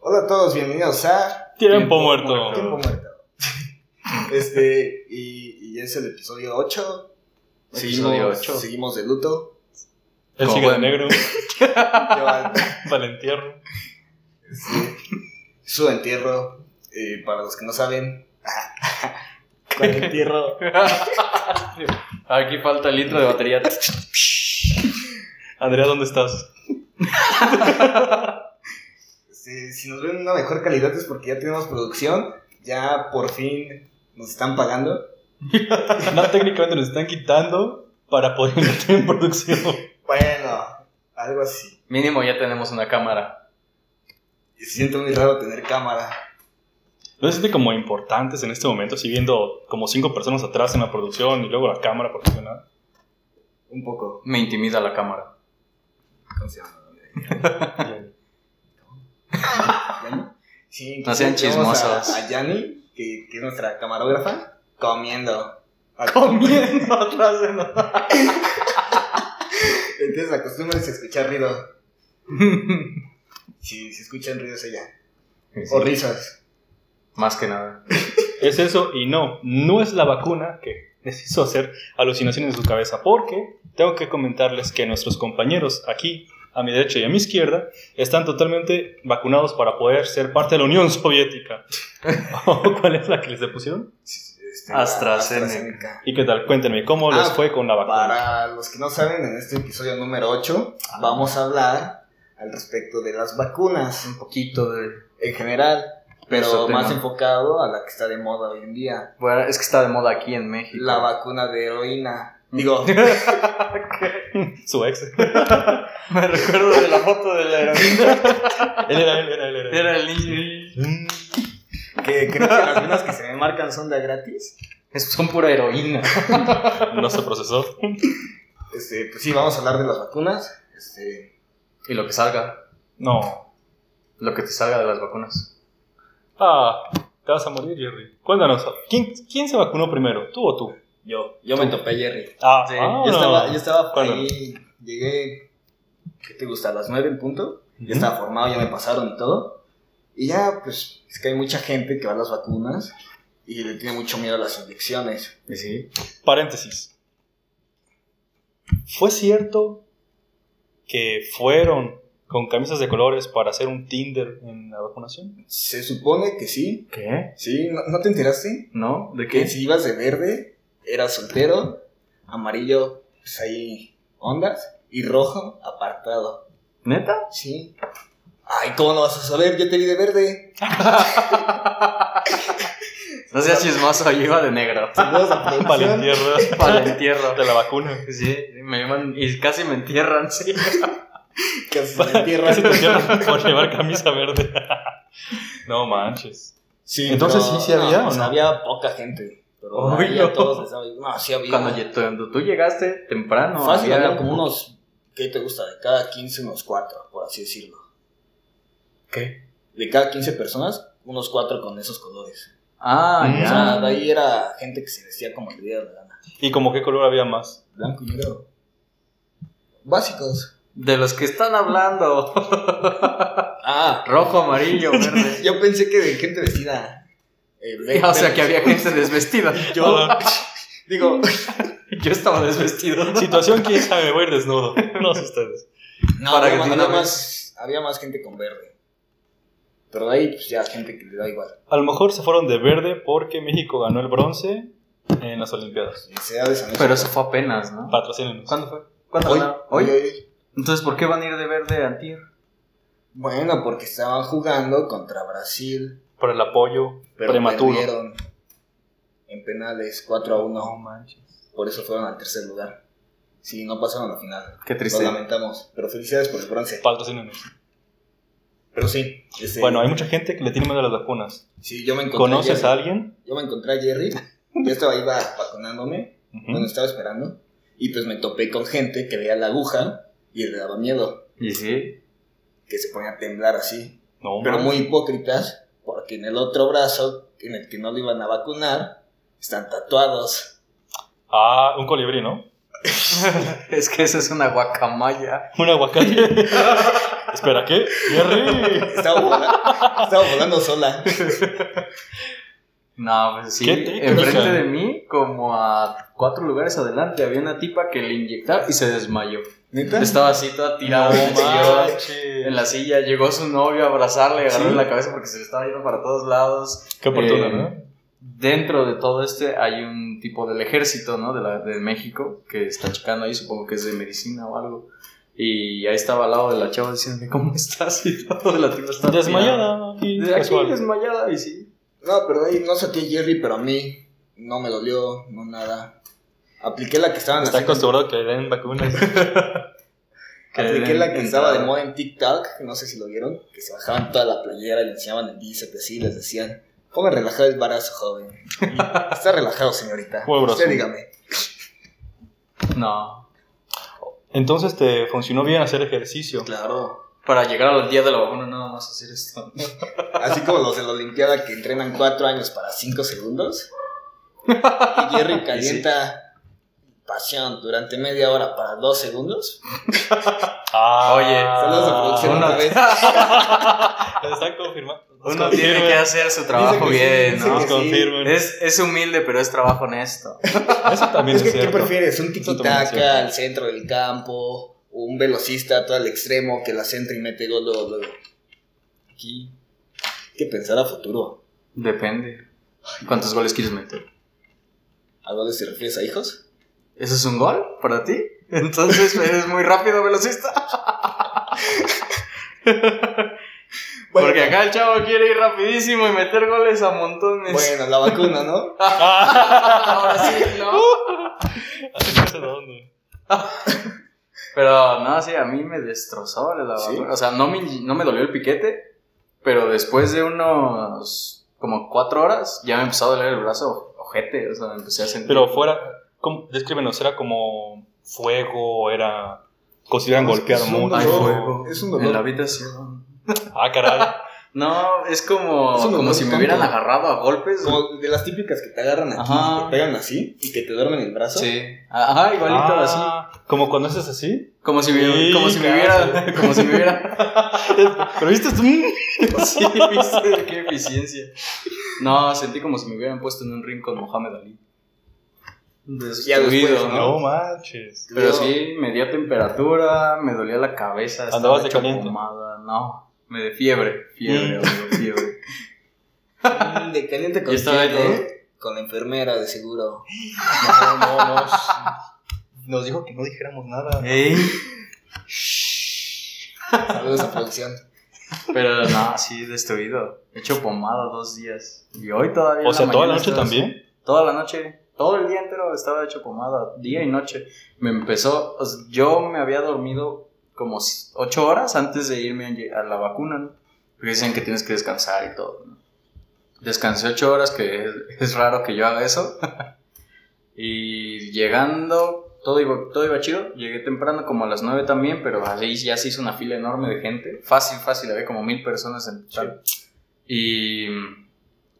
Hola a todos, bienvenidos a Tiempo muerto. Tiempo Muerto. Este, y, y es el episodio 8. Episodio ocho. Seguimos de luto. Él Como sigue de buen- negro, Llevan para el entierro. su entierro. eh, para los que no saben, con el entierro Aquí falta el intro de batería. Andrea, ¿dónde estás? Este, si nos ven una mejor calidad es porque ya tenemos producción, ya por fin nos están pagando. No, técnicamente nos están quitando para poder meter en producción. Bueno, algo así. Mínimo ya tenemos una cámara. Y Siento muy raro tener cámara. ¿No se siente como importantes en este momento? Así viendo como cinco personas atrás en la producción y luego la cámara profesional. Un poco. Me intimida la cámara. ¿Cómo se llama? ¿Yanni? Sí, No sean entonces tenemos a- chismosos. A Yanni, que, que es nuestra camarógrafa, comiendo. Comiendo atrás de nosotros. Entonces acostúmbrense a escuchar ruido. Si, si escuchan ruido es ella. O risas. Más que nada. Es eso y no, no es la vacuna que les hizo hacer alucinaciones en su cabeza, porque tengo que comentarles que nuestros compañeros aquí, a mi derecha y a mi izquierda, están totalmente vacunados para poder ser parte de la Unión Soviética. ¿O ¿Cuál es la que les pusieron? Este, AstraZeneca. ¿Y qué tal? Cuéntenme, ¿cómo les Ah, fue con la vacuna? Para los que no saben, en este episodio número 8 Ah. vamos a hablar al respecto de las vacunas Un poquito de. en general, pero Nuestro tema. más enfocado a la que está de moda hoy en día, Bueno, es que está de moda aquí en México. la vacuna de heroína. Digo, Su ex. Me recuerdo de la foto de la heroína. Él era, él era, él era. Era el niño. Mm, que creo que las vacunas que se me marcan son de gratis. Es- Son pura heroína. No se procesó. Este, pues sí, vamos a hablar de las vacunas. Este, Y lo que salga. No. Lo que te salga de las vacunas. Ah, te vas a morir, Jerry. Cuéntanos, ¿quién, quién se vacunó primero? ¿Tú o tú? yo, yo me topé a Jerry. Ah, Sí, ah, Yo no. estaba, yo estaba ¿Cuándo? ahí, llegué, ¿qué te gusta? A las 9 en punto. ya estaba formado, ya me pasaron y todo. Y ya, pues, es que hay mucha gente que va a las vacunas y le tiene mucho miedo a las inyecciones. ¿Y sí? Paréntesis. ¿Fue cierto que fueron con camisas de colores para hacer un Tinder en la vacunación? Se supone que sí, ¿Qué? sí, ¿no, no te enteraste? ¿No? ¿De Que qué? si ibas de verde, eras soltero, amarillo, pues ahí ondas, y rojo, apartado. ¿Neta? Sí. Ay, ¿cómo no vas a saber? Yo te vi de verde. No seas chismoso, yo iba de negro. Saludos a Para producción. el entierro Para el entierro. de la vacuna. Sí, me llaman y casi me entierran, sí. Casi se me entierra. Casi te entierran por llevar camisa verde. No manches. Sí, Entonces, ¿sí, sí había o sea, no? Había poca gente. Pero Uy, ahí a no. todos les había- No, sí había. Cuando, lle- cuando tú llegaste temprano, Fácil, había había como unos. ¿Qué te gusta? De cada 15, unos 4, por así decirlo. ¿Qué? De cada 15 personas, unos 4 con esos colores. Ah, Mm. O sea, de ya. ahí era gente que se vestía como le diera la gana. ¿Y como qué color había más? Blanco y negro. Básicos. De los que están hablando. Ah, Rojo, amarillo, verde. yo pensé que de gente vestida. eh, de- o sea que había gente desvestida. Yo, digo, Yo estaba desvestido. Situación, quién sabe, me voy a ir desnudo. No sé ustedes. no, Para había, que más, de una había, vez- más, había más gente con verde. Pero de ahí, pues ya, gente que le da igual. A lo mejor se fueron de verde porque México ganó el bronce en las Olimpiadas. Felicidades a México. Pero eso fue apenas, ¿no? Patrocínenos. ¿Cuándo fue? ¿Cuándo Hoy, ganaron? hoy, ¿Hoy? hoy. Entonces, ¿por qué van a ir de verde antier? Bueno, porque estaban jugando contra Brasil, Por el apoyo pero prematuro. perdieron en penales 4 a 1. manches. Por eso fueron al tercer lugar. Sí, no pasaron a la final. Qué Lo triste. lamentamos, pero felicidades por el bronce. Patrocínenos. Pero sí, este, Bueno, hay mucha gente que le tiene miedo a las vacunas. sí, yo me encontré ¿Conoces a Jerry. alguien? Yo me encontré a Jerry. Yo estaba iba vacunándome, Ujú. bueno, estaba esperando y pues me topé con gente que veía la aguja y le daba miedo, ¿Y sí? que se ponía a temblar así. No, pero man. muy hipócritas, porque en el otro brazo, en el que no lo iban a vacunar, están tatuados. Ah, un colibrí, ¿no? Es que eso es una guacamaya. Un aguacate. Espera, ¿qué? Jerry. Estaba volando, estaba volando sola. No, pues sí. Qué técnica. Enfrente de mí, como a cuatro lugares adelante, había una tipa que le inyectaba y se desmayó. ¿Neta? Estaba así toda tirada en el sillón, en la silla. Llegó su novio a abrazarle, agarrarle Sí. la cabeza porque se le estaba yendo para todos lados. Qué oportuna, Eh, ¿no? Dentro de todo este hay un tipo del ejército, ¿no? De, la, de México que está checando ahí, supongo que es de medicina o algo. Y ahí estaba al lado de la chava diciéndome, ¿cómo estás? Y todo la tipa estaba Desmayada. y tirada. De aquí casual. desmayada y sí. No, pero ahí no sé a ti, Jerry, pero a mí no me dolió, no nada. Apliqué la que estaban Está haciendo- acostumbrado a que le den vacunas. que Apliqué den la que estaba entrada. Ah, de moda en TikTok, no sé si lo vieron, que se bajaban toda la playera, le enseñaban el bíceps así, y les decían, ponga relajado el brazo, joven. Y, Está relajado, señorita. Buen brazo. Usted dígame. No. Entonces te funcionó bien hacer ejercicio. Claro. Para llegar al día de la vacuna nada más hacer esto. Así como los de la Olimpiada que entrenan cuatro años para cinco segundos. Y Jerry calienta pasión durante media hora para dos segundos. Ah, Oye, Saludos a producción una- otra vez. Lo están confirmando. Uno tiene que hacer su trabajo Dice que sí, bien, dice ¿no? que sí. Confirman. Es, es humilde, pero es trabajo honesto. Eso también Es es, que, ¿qué cierto. prefieres? ¿Un Eso también es tiquitaca cierto. al centro del campo? o ¿Un velocista todo al extremo que la centra y mete gol luego, luego? Aquí hay que pensar a futuro. Depende. ¿Cuántos goles quieres meter? ¿A dónde se refieres a hijos? ¿Eso es un gol para ti? Entonces eres muy rápido velocista. Porque acá el chavo quiere ir rapidísimo y meter goles a montones. Bueno, la vacuna, ¿no? Ahora sí, ¿no? No sé dónde. Pero no, sí, a mí me destrozó la ¿Sí? vacuna. O sea, no me, no me dolió el piquete, pero después de unos como cuatro horas ya me empezó a doler el brazo ojete. O sea, me empecé a sentir. Pero fuera, ¿cómo? descríbenos, ¿era como fuego? ¿Era. consideran golpear Es un mucho? Hay dolor. fuego Es un dolor. en la habitación. Ah, caray. No, es como, Es un como dolor si me tonto. hubieran agarrado a golpes. Como de las típicas que te agarran aquí, Ajá. te pegan así y que te duermen el brazo. Sí. Ajá, igualito así. Ah, Como cuando haces así. Como si me, Sí, como si me claro. hubiera. Como si me hubiera. Pero viste, Mm. Sí, viste, qué eficiencia. No, sentí como si me hubieran puesto en un ring con Mohamed Ali. Ya después, Destruido, ¿no? no manches. Pero Yo- sí, me dio temperatura, me dolía la cabeza. estaba Andabas de hecho caliente. pomada, No, me de fiebre. Fiebre, Mm. amigo, fiebre. Mm, De caliente con Yo estaba cielo, ahí, Con la enfermera, de seguro. No, no, no. Nos dijo que no dijéramos nada. Ey, Saludos a producción. Pero no, sí, destruido. Hecho pomada dos días. Y hoy todavía. O en sea, toda la mañana noche estaba así. también. Toda la noche, todo el día entero estaba hecho pomada, día y noche. Me empezó, o sea, yo me había dormido como s- ocho horas antes de irme a lle- a la vacuna, ¿no? Porque dicen que tienes que descansar y todo, ¿no? Descansé ocho horas, que es, es raro que yo haga eso. y llegando, todo iba, todo iba chido. Llegué temprano, como a las nueve también, pero ahí ya se hizo una fila enorme de gente. Fácil, fácil, había como mil personas en total. Y mm,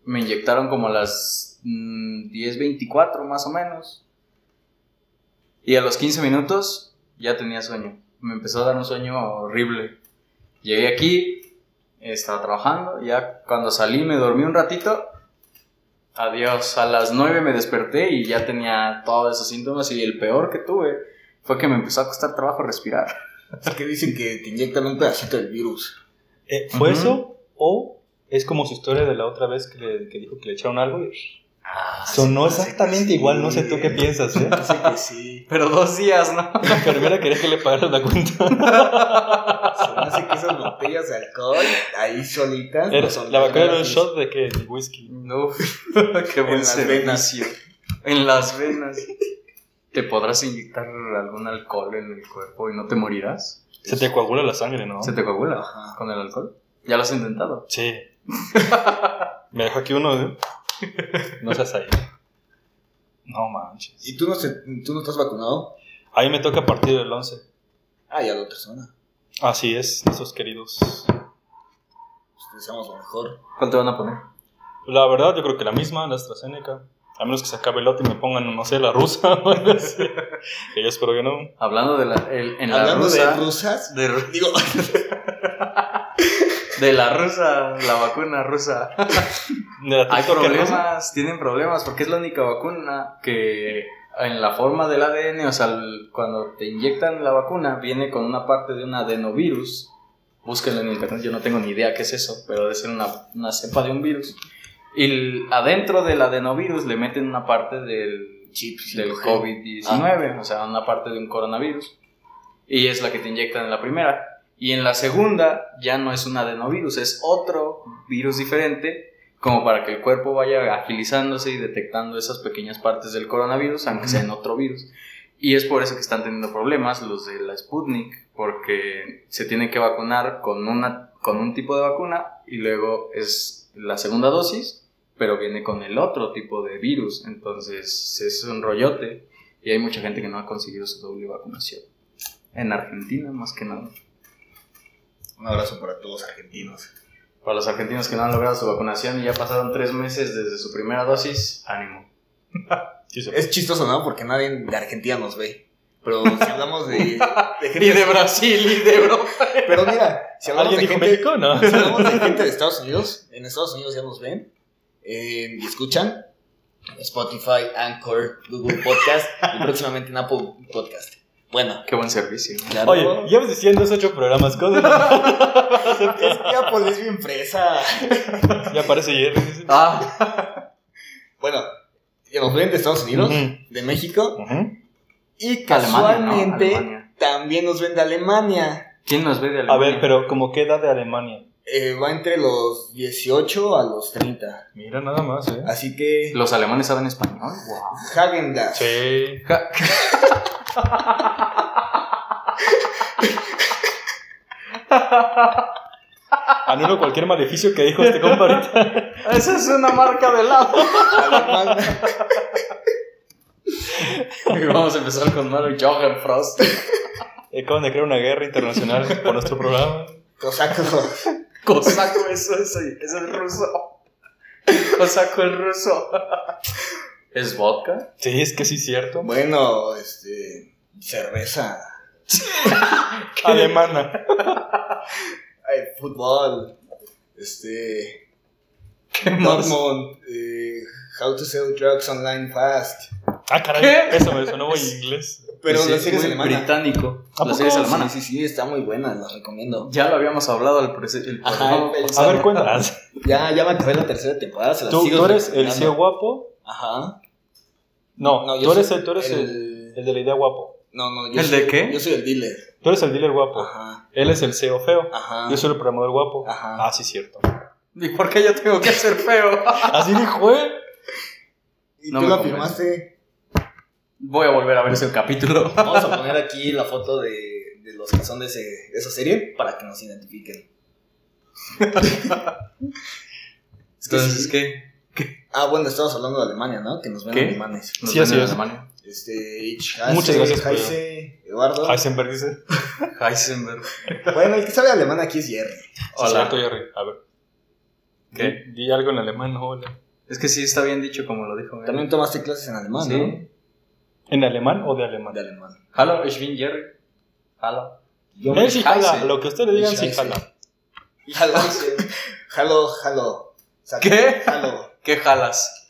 me inyectaron como a las mm, 10.24 más o menos. Y a los 15 minutos ya tenía sueño. Me empezó a dar un sueño horrible. Llegué aquí, estaba trabajando, ya cuando salí me dormí un ratito. Adiós, a las 9 me desperté y ya tenía todos esos síntomas y el peor que tuve fue que me empezó a costar trabajo respirar. Es que dicen que te inyectan un pedacito del virus. Eh, ¿Fue Ujú. eso? ¿O es como su historia de la otra vez que, le- que dijo que le echaron algo? y- Ah, Ah, Sonó pues, sí, exactamente sí. igual, no sé tú qué piensas, ¿eh? Dice que sí. Pero dos días, ¿no? La enfermera quería que le pagaras la cuenta. Se me hace que esas botellas de alcohol ahí solitas. Era- no son la vacuna era un gratis. shot de qué? De whisky. No, qué buen las servicio. En las venas. ¿Te podrás inyectar algún alcohol en el cuerpo y no te morirás? Se te coagula la sangre, ¿no? ¿Se te coagula Ajá. con el alcohol? ¿Ya lo has intentado? Sí. Me dejó aquí uno, ¿eh? No seas ahí. No manches. ¿Y tú no, se- tú no estás vacunado? Ahí me toca a partir del 11. Ah, ya la otra semana. Así es, esos queridos. Pues te deseamos lo mejor. ¿Cuál te van a poner? La verdad, yo creo que la misma, la AstraZeneca. A menos que se acabe el lote y me pongan, no sé, la rusa o algo así. Que yo espero que no. Hablando de la, el- en la Hablando rusa, de rusas, de, ru- digo, de la rusa, la vacuna rusa. De la Hay TikToker rusa. problemas, tienen problemas, porque es la única vacuna que en la forma del ADN, o sea, el- cuando te inyectan la vacuna, viene con una parte de un adenovirus. Búsquenlo en internet, yo no tengo ni idea qué es eso, pero debe ser una, una cepa de un virus. Y el- adentro del adenovirus le meten una parte del chip del 5G. COVID-19, o sea, una parte de un coronavirus. Y es la que te inyectan en la primera. Y en la segunda ya no es un adenovirus, es otro virus diferente, como para que el cuerpo vaya agilizándose y detectando esas pequeñas partes del coronavirus, aunque sea en otro virus. Y es por eso que están teniendo problemas los de la Sputnik, porque se tienen que vacunar con, una, con un tipo de vacuna y luego es la segunda dosis, pero viene con el otro tipo de virus. Entonces es un rollote y hay mucha gente que no ha conseguido su doble vacunación. En Argentina, más que nada. Un abrazo para todos argentinos. Para los argentinos que no han logrado su vacunación y ya pasaron tres meses desde su primera dosis, ánimo. Sí, sí. Es chistoso, ¿no? Porque nadie de Argentina nos ve. Pero si hablamos de, de gente- Y de Brasil y de Europa. Pero mira, si hablamos ¿Alguien de dijo gente, México? No. si hablamos de gente de Estados Unidos, en Estados Unidos ya nos ven eh, y escuchan. Spotify, Anchor, Google Podcast y próximamente en Apple Podcast. Bueno, Qué buen servicio. ¿no? claro. Oye, llevas diciendo esos ocho programas, cosas. es que Apple es mi empresa. Ya aparece Jerry. dice. Ah, Bueno, ya nos ven de Estados Unidos, Ujú. de México Ujú. y Alemania, ¿no? casualmente Alemania. también nos ven de Alemania. ¿Quién nos ve de A Alemania? ver, pero como queda de Alemania. Eh, va entre los 18 a los 30. Mira nada más, eh. Así que, ¿Los alemanes saben español? Wow. Hagen Sí. Anulo cualquier maleficio que dijo este compa ahorita. Esa es una marca de helado. Vamos a empezar con Mario Johan Frost. Acaban de crear una guerra internacional por nuestro programa. cosacos. Cosaco, eso, eso, eso es ruso. Cosaco es ruso. ¿Es vodka? Sí, es que sí es cierto. Bueno, este. Cerveza. Alemana. ay, eh, fútbol. Este. ¿Qué Dortmund. eh, how to sell drugs online fast. Ah, caray. ¿Qué? Eso me sonó muy inglés. Pero Pues Sí, la es serie es muy alemana. británico. ¿A La poco? serie es alemana. Sí, sí, sí, está muy buena, la recomiendo. Ya lo habíamos hablado el, prece- el Ajá, programa el- A pasado. ver, cuéntanos. Ya, ya me acabé la tercera temporada, se la ¿Tú, sigo tú eres el CEO recomendando. guapo? Ajá. No, No, yo tú eres, soy el, tú eres el, el- el de la idea guapo. No, no, yo ¿El soy- de qué? Yo soy el dealer. Tú eres el dealer guapo. Ajá. Él es el CEO feo. Ajá. Yo soy el programador guapo. Ajá. Ah, sí, cierto. ¿Y por qué yo tengo que ser feo? Así dijo él. Y No tú me la convence. firmaste. Voy a volver a ver ese capítulo. Vamos a poner aquí la foto de, de los que son de, ese, de esa serie para que nos identifiquen. que Entonces, sí. ¿qué? Ah, bueno, estabas hablando de Alemania, ¿no? Que nos ven ¿Qué? alemanes. Nos Sí, ven así en es. Alemania. Este, Ich Muchas gracias, Pedro. Heise, Eduardo. Heisenberg dice. Heisenberg. Bueno, el que sabe alemán aquí es Jerry. Hola. Hola. Jerry. A ver. ¿Qué? Di, di algo en alemán, hola. Es que sí está bien dicho como lo dijo. ¿eh? él. También tomaste clases en alemán, Sí. ¿En alemán o de ¿no? alemán? De alemán. Hallo, ich bin Jerry. Hallo. Yo Él sí jala, Heisen. lo que ustedes digan sí Heisen. jala. Jalo, jalo, jalo. Saca- ¿Qué? Jalo. ¿Qué jalas?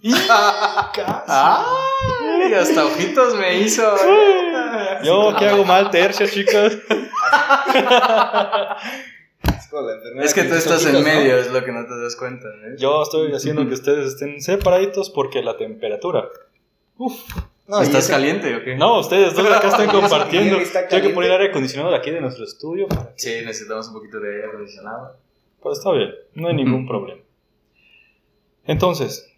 Y- ¿Ah? ¡Ay! Hasta ojitos me hizo. Yo, ¿qué hago mal, tercio, chicos? Es como la enfermera Es que tú dice estás en ojitos, ¿no? medio, es lo que no te das cuenta. ¿eh? Yo estoy haciendo que ustedes estén separaditos porque la temperatura. No, y ¿Estás ese- caliente o qué? No, ustedes dos acá están compartiendo. Está Tengo que caliente. poner aire acondicionado de aquí de nuestro estudio. para- Sí, necesitamos un poquito de aire acondicionado. Pero Pues está bien, no hay ningún problema. Entonces,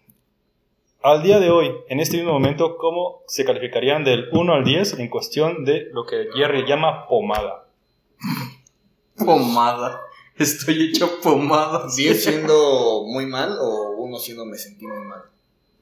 al día de hoy, en este mismo momento, ¿cómo se calificarían del 1 al 10 en cuestión de lo que Jerry llama pomada? Pomada. Estoy hecho pomada. 10 siendo muy mal o uno siendo me sentí muy mal.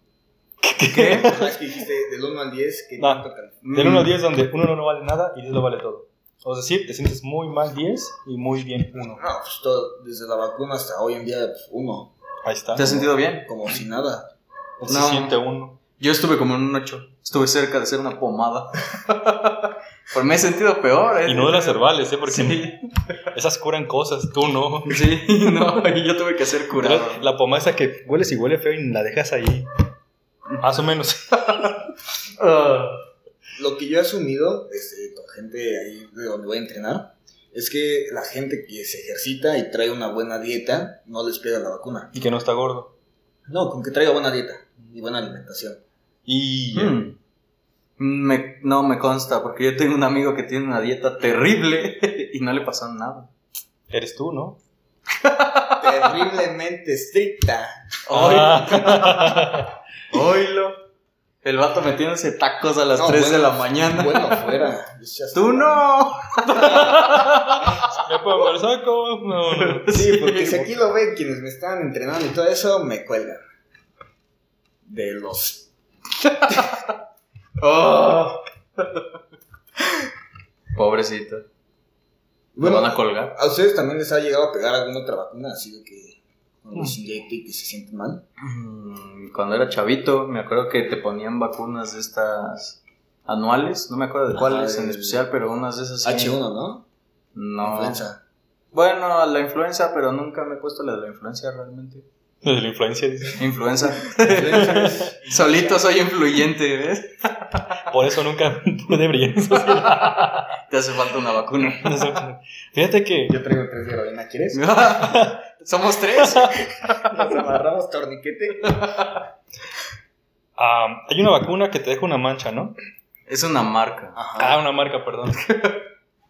¿Qué? Ajá, es que dijiste del 1 al 10 que No. tanto califica. Del 1 al 10 donde 1 no vale nada y 10 lo vale todo. O es decir, te sientes muy mal 10 y muy bien 1. No, pues todo, desde la vacuna hasta hoy en día, pues, uno. Ahí está. ¿Te has sentido bien? Como si nada. El No. 671. Yo estuve como en un 8. Estuve cerca de ser una pomada. Pues me he sentido peor, ¿eh? Y no de las cervales, ¿eh? Porque Sí, esas curan cosas, tú no. sí, no, y yo tuve que ser curado. La, la pomada esa que hueles y huele feo y la dejas ahí. Más o menos. Ah, Lo que yo he asumido este, con gente ahí de donde voy a entrenar es que la gente que se ejercita y trae una buena dieta no les pega la vacuna. Y que no está gordo. No, con que traiga buena dieta y buena alimentación. Y hmm. Me- no me consta, porque yo tengo un amigo que tiene una dieta terrible y no le pasó nada. eres tú, ¿no? Terriblemente estricta. Ah. Oilo. El vato metiéndose tacos a las No, 3 de bueno, la mañana. Bueno, fuera. Es just- ¡Tú no! ¿Me pongo el saco? No, no. Sí, porque si aquí lo ven quienes me están entrenando y todo eso, me cuelgan. De los. Ah. Oh. Pobrecito. ¿Lo van a colgar? ¿A ustedes también les ha llegado a pegar alguna otra vacuna? Así de que cuando se inyecta y que se sienten mal. Mm, Cuando era chavito, me acuerdo que te ponían vacunas de estas anuales, no me acuerdo de Ajá, cuáles en el- especial, pero unas de esas. sí. Ah. H1, ¿no? No. Influenza. Bueno, la influenza, pero nunca me he puesto la de la influenza realmente. Desde la influencia, dice. Influenza. Influenza es- Solito soy influyente, ¿ves? Por eso nunca pude brillar en sociedad. Te hace falta una vacuna. Fíjate que Yo traigo tres de heroína, ¿quieres? Somos tres. Nos amarramos torniquete. ah, hay una vacuna que te deja una mancha, ¿no? Es una marca. Ah, Ajá. una marca, perdón.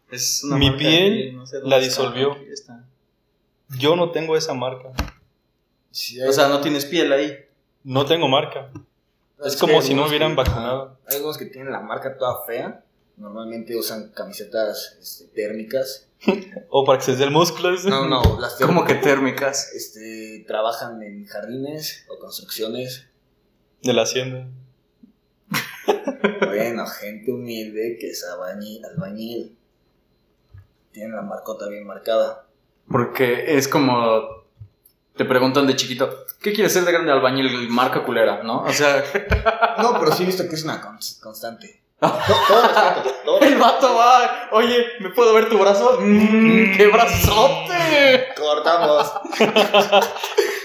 Es una Mi marca piel que no sé dónde la está, disolvió. aquí está. Yo no tengo esa marca. Sí, O sea, no tienes piel ahí. No tengo marca. hay- es como si no algunos hubieran que- vacunado. Hay algunos que tienen la marca toda fea. Normalmente usan camisetas este, térmicas. O para que se dé el músculo, dice. No, no, las Como que térmicas. térmicas. Este, trabajan en jardines o construcciones. De la hacienda. Bueno, gente humilde que es albañil. albañil. Tienen la marcota bien marcada. Porque es como. Te preguntan de chiquito, ¿qué quieres ser de grande albañil? Marca culera, ¿no? O sea, No, pero sí he visto que es una cons- constante. No, todo respeto, todo el vato va, oye, ¿me puedo ver tu brazo? ¡Mmm, ¡Qué brazote! Cortamos.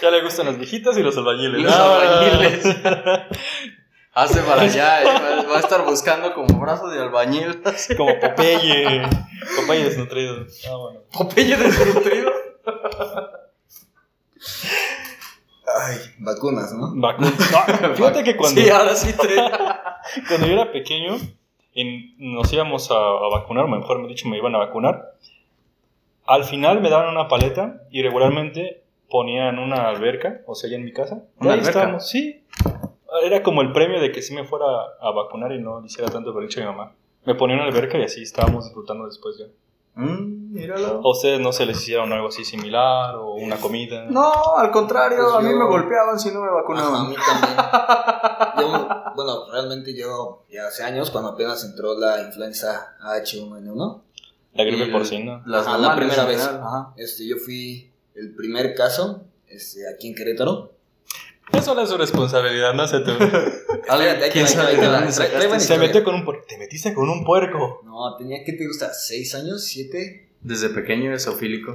Ya le gustan las viejitas y los albañiles. Los Ah. albañiles. Hace para allá, eh, va- va a estar buscando como brazo de albañil. Como Popeye. Popeye desnutrido. Ah, bueno. Popeye desnutrido. Ay, vacunas, ¿no? Vacunas. No, Ah, fíjate que cuando, Sí, ahora sí te. cuando yo era pequeño, en- nos íbamos a, a vacunar, o mejor me dicho, me iban a vacunar. Al final me daban una paleta y regularmente ponían una alberca, o sea, allá en mi casa. Y ¿Una ahí alberca? estábamos, sí. Era como el premio de que si me fuera a vacunar y no le hiciera tanto berrinche a mi mamá. Me ponían una alberca y así estábamos disfrutando después ya. Mm, míralo. ¿A ustedes no se les hicieron algo así similar o una comida? No, al contrario, Pues a mí yo- me golpeaban si no me Ajá, a vacunaban. mí también. Yo, bueno, realmente yo ya hace años, cuando apenas entró la influenza H1N1, La gripe Y- porcina. Las Ajá, la normales, primera en vez. general, ajá. este, yo fui el primer caso este, aquí en Querétaro. Eso no es su responsabilidad, no sé tú. Espérate, ahí te ¿Quién va, ahí sabe te de va. dónde Trae- trae sacaste? buena Se historia. metió con un puerco. Te metiste con un puerco. No, tenía, ¿qué te gusta? ¿Seis años? ¿Siete? Desde pequeño es ofílico.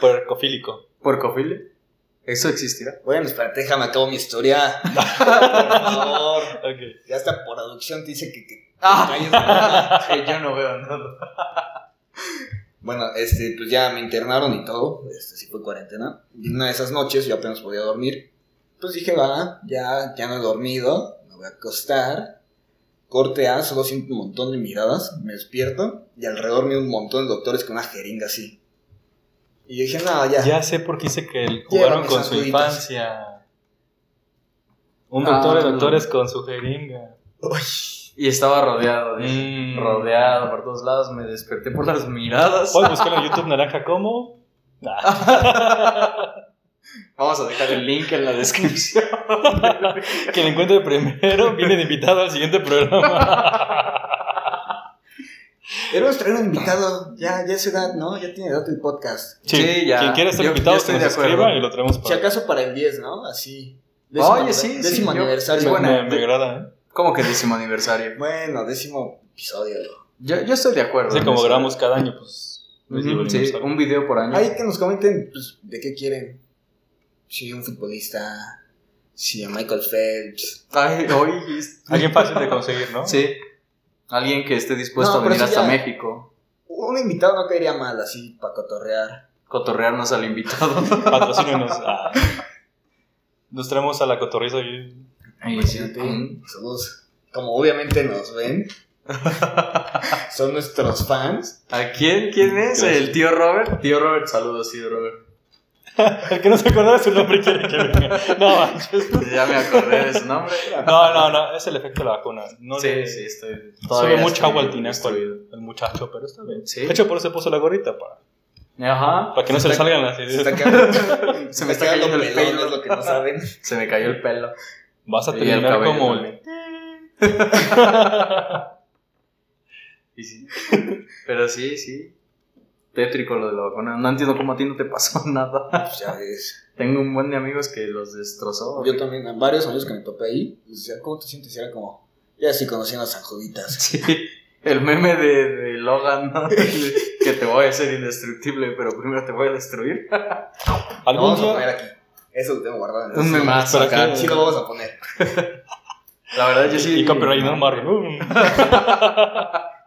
Puercofílico. ¿Puercofile? ¿Eso existirá? Bueno, espérate, déjame acabo mi historia. Por favor. Ok. Ya hasta por aducción te dice que, que Ah. calles la boca. yo no veo nada. Bueno, este, pues ya me internaron y todo, este, sí fue cuarentena. Y una de esas noches yo apenas podía dormir. Pues dije, va, ya, ya no he dormido, me voy a acostar. Corte A, solo siento un montón de miradas, me despierto y alrededor mío un montón de doctores con una jeringa así. Y yo dije, no, ya. Ya sé por qué dice que el- jugaron Llévame con esas su duditas. infancia. Un doctor Ah. de doctores con su jeringa. Y estaba rodeado, dije, Mm. rodeado por todos lados, me desperté por las miradas. Puedes buscar en YouTube naranja como. Ah, Vamos a dejar el link en la descripción. que le encuentre primero viene de invitado al siguiente programa. Debemos traer un invitado, ya, ya es su edad, ¿no? Ya tiene edad el podcast. Sí, ya. Quien quiera ser Yo- invitado, yo estoy que nos de acuerdo. escriba y lo traemos Si para. acaso para el 10, ¿no? Así. Décimo Oye, aniver- sí, sí, Décimo yo- aniversario. es buena. Me, me agrada, ¿eh? ¿Cómo que décimo aniversario? Bueno, décimo episodio. Yo, yo estoy de acuerdo. Así en como eso. grabamos cada año, pues. Ujú, décimo sí, aniversario. un video por año. Ahí que nos comenten pues, de qué quieren. Si un futbolista, si a Michael Phelps. Ay, hoy es- Alguien fácil de conseguir, ¿no? Sí. Alguien que esté dispuesto No, a pero venir sí hasta ya- México, Un invitado no caería mal así para cotorrear. cotorrearnos al invitado. Patrocínenos. Ah. Nos traemos a la cotorriza y. Ay, sí. Imagínate. Mm. Pues, Somos, como obviamente nos ven, son nuestros fans. ¿A quién? ¿Quién es? Gracias. ¿El tío Robert? Tío Robert, saludos, tío Robert. El que no se acordara su nombre quiere que venga. No, manches. Ya me acordé de su nombre. No, no, no. Es el efecto de la vacuna. No sí, le- sí, estoy. Sube mucha estoy agua al tinaco destruido. el, el muchacho, pero está bien. Sí. De hecho, por eso se puso la gorrita, para, Ajá. para que no se, le está- salgan las Se, está ideas. quedando, Se me está cayendo el pelón, pelo. es lo que no saben. Se me cayó el pelo. Vas a Y el terminar cabello como. también. Y sí. Pero sí, sí. Tétrico lo de la vacuna. No entiendo cómo a ti no te pasó nada. Pues ya ves. Tengo un buen de amigos que los destrozó. Yo también, a varios amigos que me topé ahí, les decía, ¿cómo te sientes? Y era como, ya sí conocían a San Juditas. Sí. El meme de, de Logan, ¿no? que te voy a hacer indestructible, pero primero te voy a destruir. Lo Algún vamos a poner día. aquí. Eso lo tengo guardado. en Un el- memazo para acá. que- Sí lo vamos a poner. La verdad, yo sí. Y copyright no Marvel.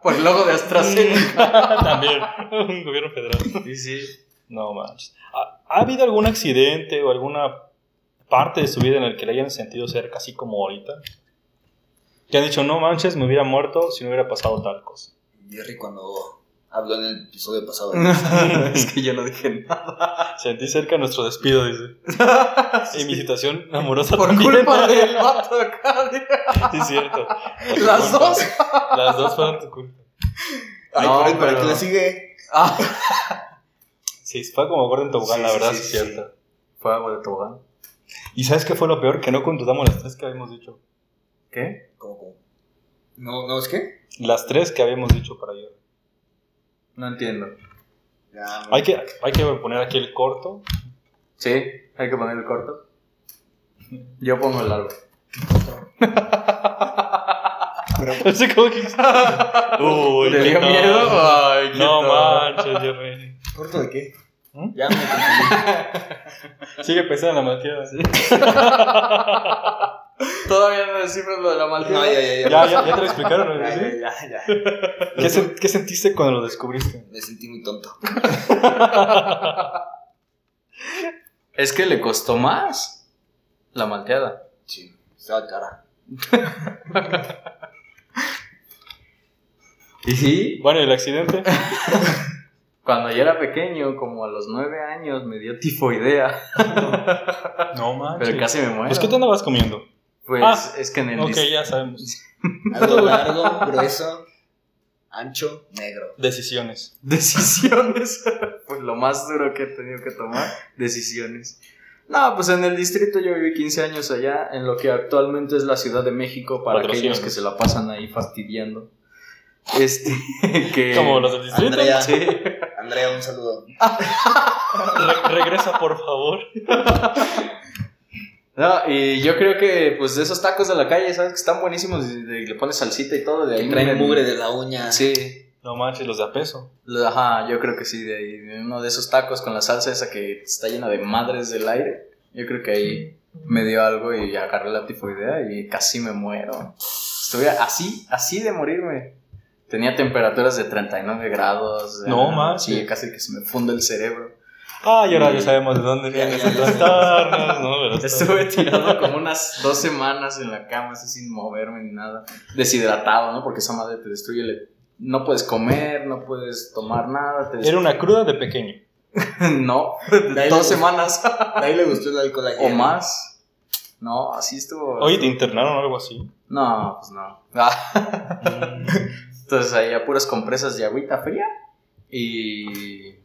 Por el logo de AstraZeneca. También. Un gobierno federal. Sí, sí. No manches. ¿Ha, ha habido algún accidente o alguna parte de su vida en el que le hayan sentido cerca, así como ahorita? Que han dicho, no manches, me hubiera muerto si no hubiera pasado tal cosa. Jerry cuando habló en el episodio Pues, pasado. es que yo no dije nada. Sentí cerca nuestro despido, dice. Y mi situación amorosa Por también. culpa del vato acá. de- Sí, es cierto. Por tu Las culpa. dos. Las dos fueron tu culpa. Ay, No, pero, pero- que la sigue. Ah. Sí, fue como gordo en tobogán, Sí, la sí, verdad, sí, sí, es sí, cierto. Fue agua de tobogán. ¿Y sabes qué fue lo peor? Que no contudamos las tres que habíamos dicho. ¿Qué? Como, como- No, no, es que. Las tres que habíamos dicho para ayer. No entiendo. Ya, Hay que, hay que poner aquí el corto. Sí, hay que poner el corto. Yo pongo el largo. Pero, Así como que- Uy, ¿Te qué dio tal. miedo? Ay, qué No tal. manches, Jerry. ¿Corto de qué? ¿Mm? Ya me confundí. Sigue pesada la materia. ¿sí? Todavía no descifras lo de la maldita. No, ya, ya, ya. Ya, ya, ya te lo explicaron. ¿no? Ya, ¿Sí? ya, ya, ya. ¿Qué, sen- qué sentiste cuando lo descubriste? Me sentí muy tonto. Es que le costó más la malteada. Sí, estaba cara. ¿Y sí? Bueno, ¿y el accidente? Cuando yo era pequeño, como a los nueve años, me dio tifoidea. No manches. Pero casi me muero. Pues, ¿qué te andabas comiendo? Pues Ah, es que en el... Ok, dis- ya sabemos. Algo largo, grueso, ancho, negro. Decisiones. Decisiones. pues lo más duro que he tenido que tomar, decisiones. No, pues en el distrito yo viví 15 años allá, en lo que actualmente es la Ciudad de México, para Patrocínanos. aquellos que se la pasan ahí fastidiando. Este, que... Como los del distrito. Andrea, Sí. Andrea, un saludo. Re- regresa, por favor. No, y yo creo que, pues, de esos tacos de la calle, ¿sabes? Que están buenísimos y de- le pones salsita y todo. De ahí Que traen vienen- mugre de la uña. Sí. No manches, los de a peso. Lo- Ajá, yo creo que sí, de ahí. de Uno de esos tacos con la salsa esa que está llena de madres del aire. Yo creo que ahí me dio algo y agarré la tifoidea y casi me muero. Estuve así, así de morirme. Tenía temperaturas de 39 grados. No eh, manches. Sí, casi que se me funde el cerebro. Ah, y ahora ya sabemos de dónde vienen Ya, ya, ya. esos trastornos, ¿no? Pero está- Estuve tirado como unas dos semanas en la cama, así sin moverme ni nada. Deshidratado, ¿no? Porque esa madre te destruye. le- No puedes comer, no puedes tomar nada. Te Era una cruda de pequeño. No, Dale, dos pues. semanas A Ahí le gustó el alcohol ayer. o más. No, así estuvo. Oye, ¿te internaron o algo así? No, pues no. Ah, Mm. entonces ahí a puras compresas de agüita fría y,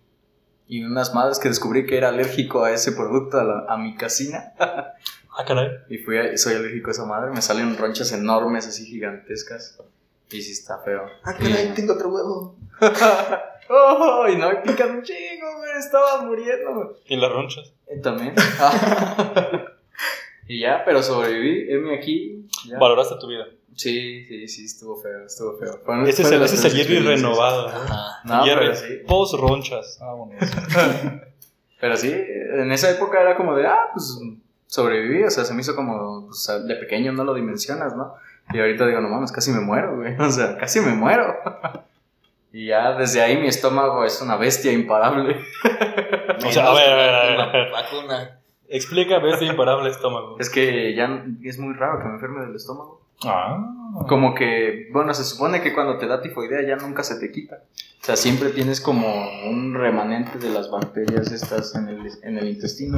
y unas madres que descubrí que era alérgico a ese producto, a, la- a mi casina. Ah, caray. Y fui a- soy alérgico a esa madre. Me salen ronchas enormes, así gigantescas. Y sí está feo. Ah, caray, Y- tengo otro huevo. ¡Oh! Y no me pican un chingo, güey. Estaba muriendo, güey. ¿Y las ronchas? Eh, También. Y ya, pero sobreviví, heme aquí. ya. Valoraste tu vida. Sí, sí, sí, estuvo feo, estuvo feo. Fueron- Este es fueron el, las este es el peores Jerry experiencias. renovado. ¿no? Ajá. Ah, No, Jerry pero sí. post-ronchas. Vámonos. Pero sí, en esa época era como de, ah, pues sobreviví, o sea, se me hizo como, pues de pequeño no lo dimensionas, ¿no? Y ahorita digo, no mames, casi me muero, güey, o sea, casi me muero. Y ya desde ahí mi estómago es una bestia imparable. O sea, a ver, a ver, a ver. Vacuna. Explica este imparable estómago. Es que ya es muy raro que me enferme del estómago. Ah. Como que, bueno, se supone que cuando te da tifoidea ya nunca se te quita. O sea, siempre tienes como un remanente de las bacterias estas en el, en el intestino.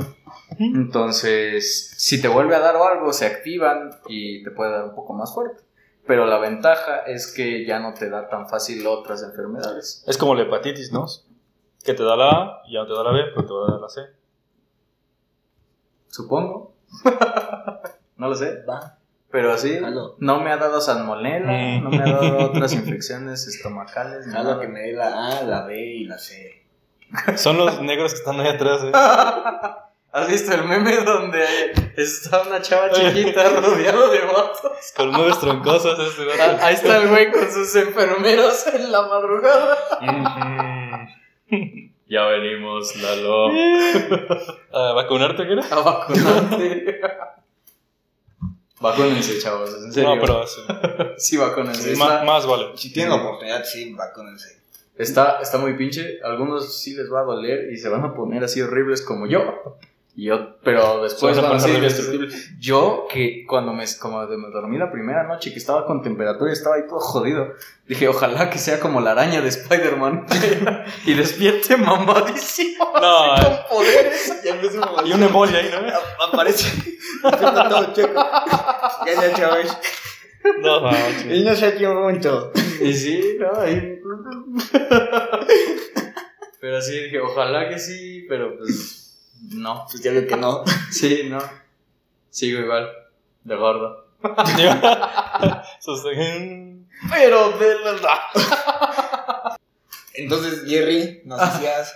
Ujú. Entonces, si te vuelve a dar o algo, se activan y te puede dar un poco más fuerte. Pero la ventaja es que ya no te da tan fácil otras enfermedades. Es como la hepatitis, ¿no? Que te da la A, ya no te da la B, pero te va a dar la C. Supongo. no lo sé. Va. Pero así, Jalo. no me ha dado salmonela, Mm. no me ha dado otras infecciones estomacales. ni Nada nada. Ah, que me dé la A, la B y la C. Son los negros que están ahí atrás, ¿eh? ¿Has visto el meme donde está una chava chiquita rodeado de vatos? Con nubes troncosas. Ese Ah, vato. Ahí está el güey con sus enfermeros en la madrugada. Mm. ya venimos, Lalo. ¿A vacunarte, qué era? A vacunarte. Vacúnense, chavos, en serio. No, pero sí. Sí, vacúnense. Ma- Está, más vale. Si tienen la oportunidad, sí, vacúnense. está, está muy pinche. Algunos sí les va a doler y se van a poner así horribles como yo. Y yo pero después Se van a poner van a ser horribles. indestructibles. Yo, que cuando me, como de- me dormí la primera noche, que estaba con temperatura y estaba ahí todo jodido, dije, ojalá que sea como la araña de Spider-Man. y despierte mamadísimo. No, así con poderes. Ya empezó a Y un embolia ahí, ¿no? Aparece. Está todo checo. Ya ya, chavos. No, no, Y no sé a qué momento. Y sí, no, ahí- Pero sí, dije, ojalá que sí, pero pues. No. Pues ya veo que no. Sí, no. Sigo igual, de gordo. Sostén. Pero de verdad. Entonces, Jerry, nos decías.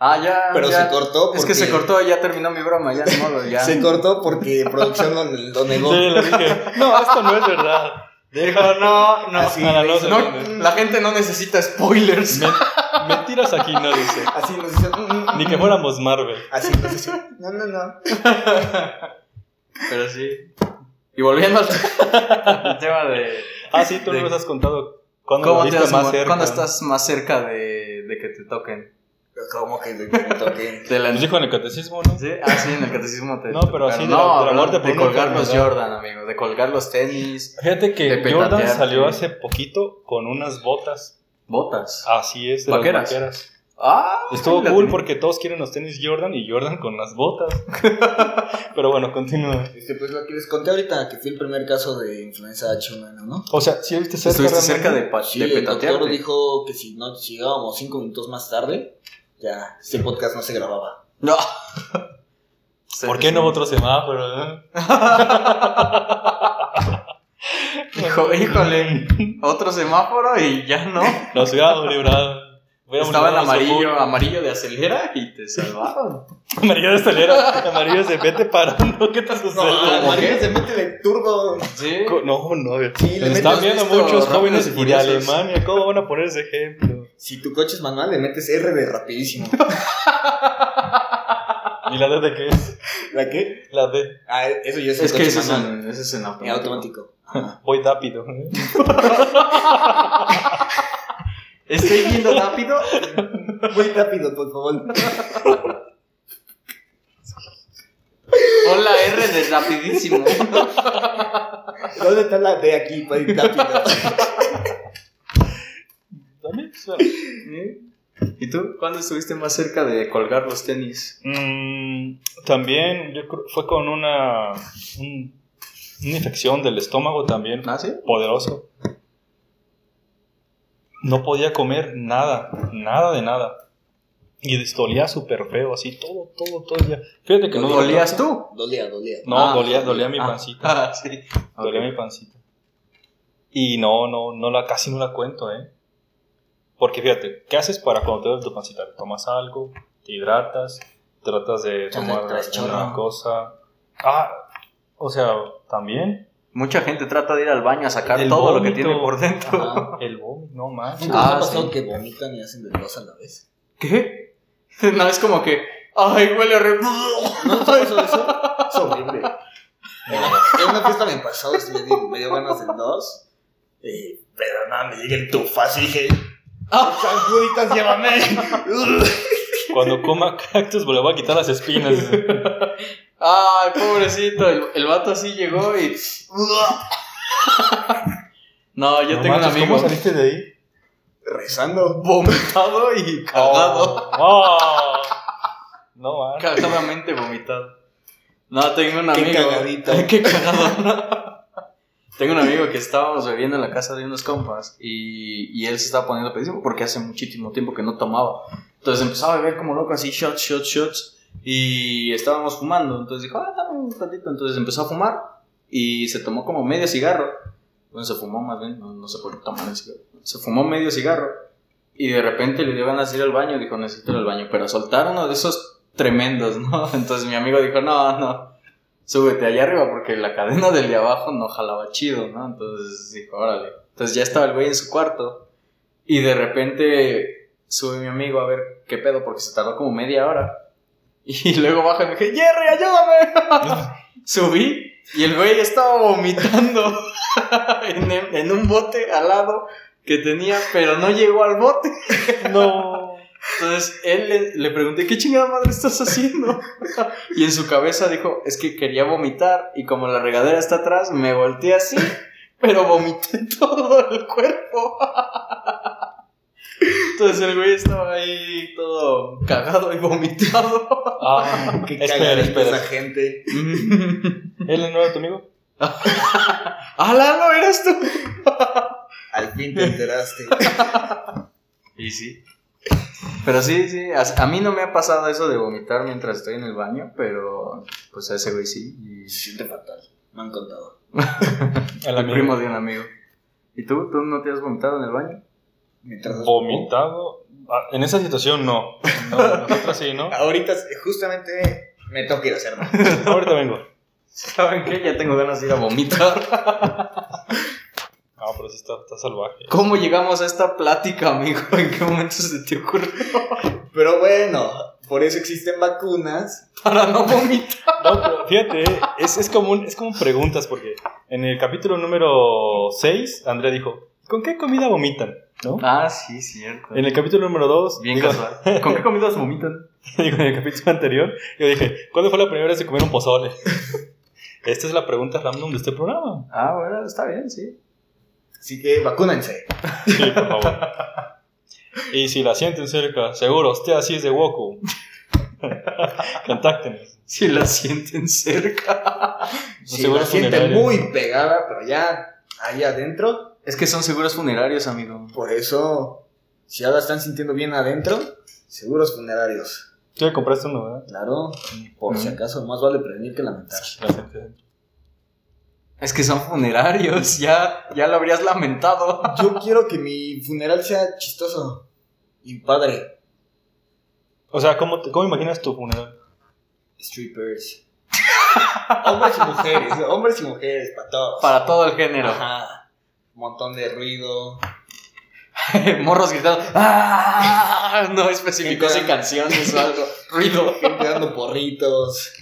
Ah, ya. Pero ya. se cortó. Porque Es que se cortó, ya terminó mi broma, ya ni modo, ya. Se cortó porque producción lo, lo negó. Sí, le dije, no, esto no es verdad. Dijo, no, no. Así, no, no, No, no. la gente no necesita spoilers. Me- Mentiras aquí no dice. Así nos hizo. "Mm, Ni que fuéramos Marvel. Así nos hizo. No, no, no. Pero sí. Y volviendo al al tema de. Ah, sí, tú de- nos has contado cuando ¿Cómo lo te viste has más mu- cerca. ¿Cuándo estás más cerca de, de que te toquen? ¿Cómo que de que me toquen? De la Nos dijo en el catecismo, ¿no? ¿Sí? Ah, sí, en el catecismo te. No, pero así de la- no, de la hablar muerte por de una colgar los enfermedad. Jordan, amigo. De colgar los tenis. Fíjate que De Jordan petatear, salió sí. hace poquito con unas botas. Botas. Así es, de las Vaqueras. vaqueras. Ah, Ah, Estuvo la cool tenía. porque todos quieren los tenis Jordan y Jordan con las botas. Pero bueno, continúa. Este, pues lo que les conté ahorita, que fue el primer caso de influenza H1N1, ¿no? O sea, si viste cerca. Estuviste realmente? cerca de, pa- Sí, de el doctor petatearte. dijo que si no si llegábamos cinco minutos más tarde, ya este podcast no se grababa. No. ¿Por qué no hubo otro semáforo? eh? Hijo- híjole. Otro semáforo y ya no. Nos hubiéramos librado. Hubiéramos Estaba en librado nuestro amarillo, público. amarillo de acelera y te salvaron. Amarillo de estelera. Amarillo de vete parando. ¿Qué te sucede? ¿cómo María Ah, qué? se mete de turbo. Sí. Co- No, no, Sí, le nos metes están viendo esto, muchos Rápidos jóvenes y y de Furiosos. Alemania. ¿Cómo van a poner ese ejemplo? Si tu coche es manual, le metes R de rapidísimo. ¿Y la D de qué es? ¿La qué? La D. Ah, eso ya es, Es el que coche este ese es manual. en, ese es en En automático. automático. Ajá. Voy rápido. Estoy yendo rápido. Muy rápido, por favor. Hola R de rapidísimo. ¿Dónde está la D aquí? Para ir rápido. ¿También? ¿Eh? ¿Y tú? ¿Cuándo estuviste más cerca de colgar los tenis? Mm, también yo creo, fue con una, un- una infección del estómago también. ¿Ah, sí? Poderoso. No podía comer nada, nada de nada. Y dolía súper feo, así todo, todo, todo el día. Fíjate que no ¿Olías tú? Dolía, dolía. No, Ah, dolía, dolía mi ah, pancita. Ah, sí. Dolía mi pancita. Y no, no, no la, casi no la cuento, ¿eh? Porque fíjate, ¿qué haces para cuando te duele tu pancita? Tomas algo, te hidratas, tratas de Echas tomar el trastorno. alguna cosa. Ah, O sea, también Mucha gente trata de ir al baño a sacar El todo lo que vómito. tiene por dentro. Ajá. el vómito, no más. ¿Nunca les Ah, ha pasado sí. que vomitan y hacen de dos a la vez? ¿Qué? No, es como que. Ay, huele re. ¿No les ha pasado eso? Es horrible. En una fiesta me pasó, me dio, me dio ganas del dos. eh, pero nada, me llegué el tufazo y dije, Ah. ¡Sanjuditas, llévame! Cuando coma cactus, pues le voy a quitar las espinas. Ay, pobrecito. El, el vato así llegó y. No, yo No tengo manches, un amigo. ¿Cómo saliste de ahí? Rezando. Vomitado y cagado. Oh. No, man. Cagadamente vomitado. No, tengo un Qué amigo. cagadito. Qué cagado. tengo un amigo que estábamos bebiendo en la casa de unos compas y, y él se estaba poniendo pedísimo porque hace muchísimo tiempo que no tomaba. Entonces empezó a beber como loco así, shots, shots, shots. Y estábamos fumando. Entonces dijo, ah, dame un tantito. Entonces empezó a fumar y se tomó como medio cigarro. Bueno, se fumó más bien, no, no sé por qué tomar el cigarro. Se fumó medio cigarro y de repente le dio ganas de ir al baño. Dijo, necesito ir al baño. Pero soltar uno de esos tremendos, ¿no? Entonces mi amigo dijo, no, no, súbete allá arriba porque la cadena del de abajo no jalaba chido, ¿no? Entonces dijo, órale. Entonces ya estaba el güey en su cuarto y de repente sube mi amigo a ver qué pedo porque se tardó como media hora. Y luego baja y me dije, Jerry, ayúdame. Subí y el güey estaba vomitando en, en un bote al lado que tenía, pero no llegó al bote. No. Entonces él le, le pregunté, ¿qué chingada madre estás haciendo? Y en su cabeza dijo, es que quería vomitar y como la regadera está atrás, me volteé así, pero vomité todo el cuerpo. Entonces el güey estaba ahí todo cagado y vomitado. Ah, Qué espera, cagadita esa espera. gente. ¿Él no era tu amigo? ¡Ah, Lalo, eras tú! Al fin te enteraste. Y sí. Pero sí, sí, a, a mí no me ha pasado eso de vomitar mientras estoy en el baño, pero pues a ese güey sí. Y Se siente fatal. Me han contado. El El amigo. primo de un amigo. ¿Y tú? ¿Tú no te has vomitado en el baño? Mientras Vomitado. Ah, en esa situación no. No, nosotros sí, ¿no? Ahorita justamente me tengo que ir a hacer. ¿no? Ahorita vengo. ¿Saben qué? Ya tengo ganas de ir a vomitar. Ah, pero sí está, está salvaje. ¿Cómo llegamos a esta plática, amigo? ¿En qué momento se te ocurrió? Pero bueno, por eso existen vacunas. Para no vomitar. No, pero fíjate, es, es, como un- es como preguntas, porque en el capítulo número 6, Andrea dijo, ¿con qué comida vomitan? ¿No? Ah, sí, cierto. En el capítulo número 2, Bien casual. ¿Con qué comidas vomitan? Digo, en el capítulo anterior, yo dije, ¿cuándo fue la primera vez que comieron pozole? Esta es la pregunta random de este programa. Ah, bueno, está bien, sí. Así que vacúnense. Sí, por favor. Y si la sienten cerca, seguro, usted así es de Woku. Contáctenos. Si la sienten cerca. Si Seguro la sienten funeraria. muy pegada, pero ya ahí adentro. Es que son seguros funerarios, amigo. Por eso, si ya la están sintiendo bien adentro, seguros funerarios. Tú ya compraste uno, ¿verdad? Claro, por si acaso, más vale prevenir que lamentar. La gente- Es que son funerarios. Ya, ya lo habrías lamentado. Yo quiero que mi funeral sea chistoso y padre. O sea, ¿cómo, te- ¿cómo imaginas tu funeral? Strippers. hombres y mujeres, hombres y mujeres, para todos. Para todo el género. Ajá. Un montón de ruido. Morros gritando. ¡Ah! No especificó si Gente- canciones o algo. Ruido. Gente dando porritos.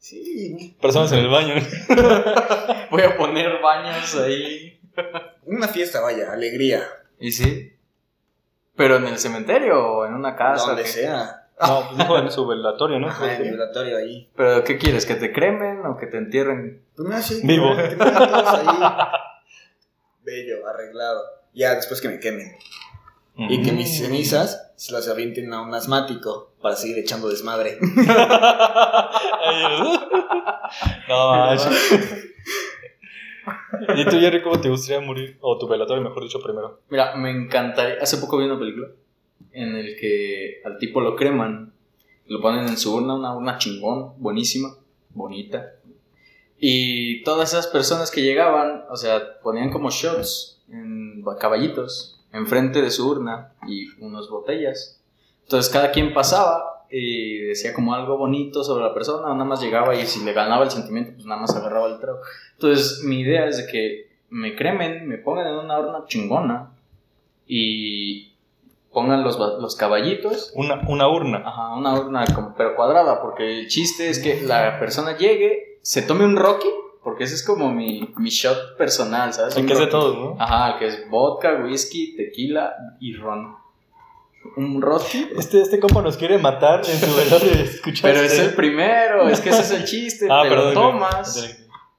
Sí, Personas en el baño. Voy a poner baños ahí. una fiesta, vaya, alegría. ¿Y sí? ¿Pero en el cementerio o en una casa? donde ¿o qué? sea. No, pues no, en su velatorio, ¿no? Ajá, el vibratorio ahí. ¿Pero qué quieres? ¿Que te cremen o que te entierren? Pues me hace- Vivo. te ponen todos ahí. Bello, arreglado. Ya después que me quemen. Y que mis Mm. cenizas se las avienten a un asmático para seguir echando desmadre. Ay, no, manches. ¿Y tú, Jerry, cómo te gustaría morir? O tu velatorio, mejor dicho, primero. Mira, me encantaría. Hace poco vi una película en el que al tipo lo creman. Lo ponen en su urna, una urna chingón, buenísima, bonita. Y todas esas personas que llegaban, o sea, ponían como shots en caballitos enfrente de su urna y unas botellas. Entonces cada quien pasaba y decía como algo bonito sobre la persona, nada más llegaba y si le ganaba el sentimiento, pues nada más agarraba el trago. Entonces, mi idea es de que me cremen, me pongan en una horna chingona y pongan los, ba- los caballitos Una, una urna. Ajá, una urna como- pero cuadrada, porque el chiste es que la persona llegue, se tome un Rocky, porque ese es como mi, mi shot personal, ¿sabes? El Un que es de Rocky. todos, ¿no? Ajá, que es vodka, whisky, tequila y ron. Un Rocky. Este, este compa nos quiere matar en su velor de escuchar. este Pero es el primero, es que ese es el chiste. Ah, te perdón. lo tomas, güey.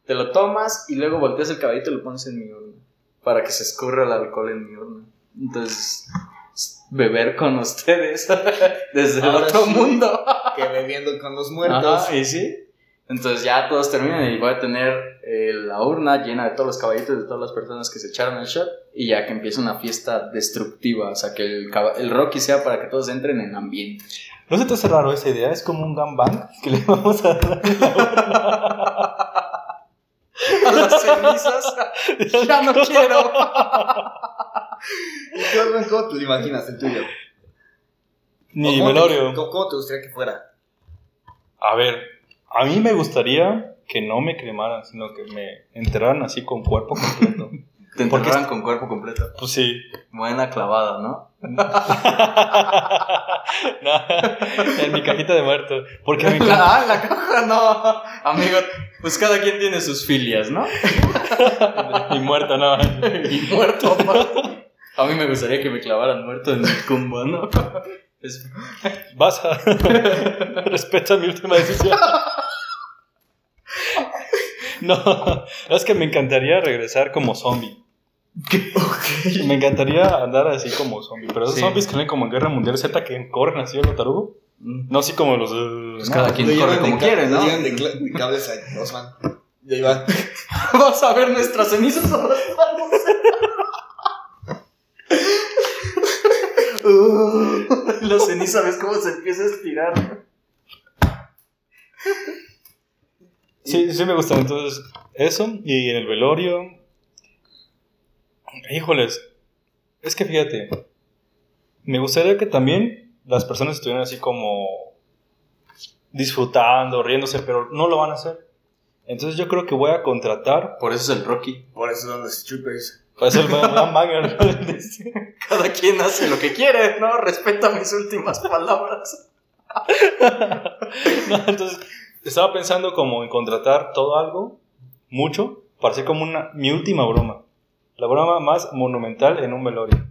te lo tomas y luego volteas el caballito y lo pones en mi urna. Para que se escurra el alcohol en mi urna. Entonces, beber con ustedes desde el Ahora otro sí. mundo. Que bebiendo con los muertos. Ajá, y sí. Entonces ya todos terminan y voy a tener eh, la urna llena de todos los caballitos de todas las personas que se echaron el shot y ya que empiece una fiesta destructiva, o sea, que el, caba- el Rocky sea para que todos entren en ambiente. ¿No se te hace raro esa idea? Es como un gangbang que le vamos a dar en la urna. A las cenizas, ya no quiero. ¿Y tú, Edwin, cómo te lo imaginas el tuyo? Ni ¿O cómo te- velorio. ¿Cómo cómo te gustaría que fuera? A ver, a mí me gustaría que no me cremaran, sino que me enterraran así con cuerpo completo. Te Porque enterraron con cuerpo completo. Pues sí. Buena clavada, ¿no? No, en mi cajita de muerto. Porque me encanta- La, ah, la caja no. Amigo, pues cada quien tiene sus filias, ¿no? mi muerto, no. Y muerto, aparte. A mí me gustaría que me clavaran muerto en el cumba, ¿no? Es Vas a. Respeta mi última decisión. No, es que me encantaría regresar como zombie. Me encantaría andar así como zombie. Pero esos Sí. zombies que salen como en Guerra Mundial Z que corren así a lo tarugo. mm. No así como los. eh, Pues no. cada quien Lo corre llevan de como ca- quiere, lo ¿no? llevan de, cla- de cables a Osman. Y ahí va. Vas a ver nuestras cenizas arrastrándose. La ceniza, ¿ves cómo se empieza a estirar? Sí, sí me gusta. Entonces, eso. Y en el velorio. Híjoles. Es que fíjate. Me gustaría que también las personas estuvieran así como disfrutando, riéndose, pero no lo van a hacer. Entonces yo creo que voy a contratar Por eso es el Rocky. Por eso son los strippers. para hacer el gran banger. Cada quien hace lo que quiere, ¿no? Respeta mis últimas palabras. No, entonces estaba pensando como en contratar todo algo, mucho, para hacer como una, mi última broma. La broma más monumental en un velorio.